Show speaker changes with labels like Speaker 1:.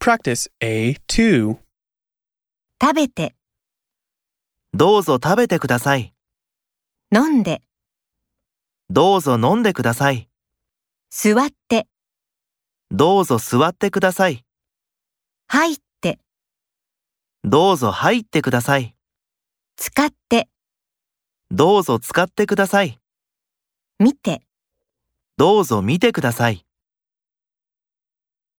Speaker 1: Practice A2.
Speaker 2: 食べて、
Speaker 3: どうぞ食べてください。
Speaker 2: 飲んで、
Speaker 3: どうぞ飲んでください。
Speaker 2: 座って、
Speaker 3: どうぞ座ってください。
Speaker 2: 入って、
Speaker 3: どうぞ入ってください。
Speaker 2: 使って、
Speaker 3: どうぞ使ってください。
Speaker 2: 見て。
Speaker 3: どうぞ見てください。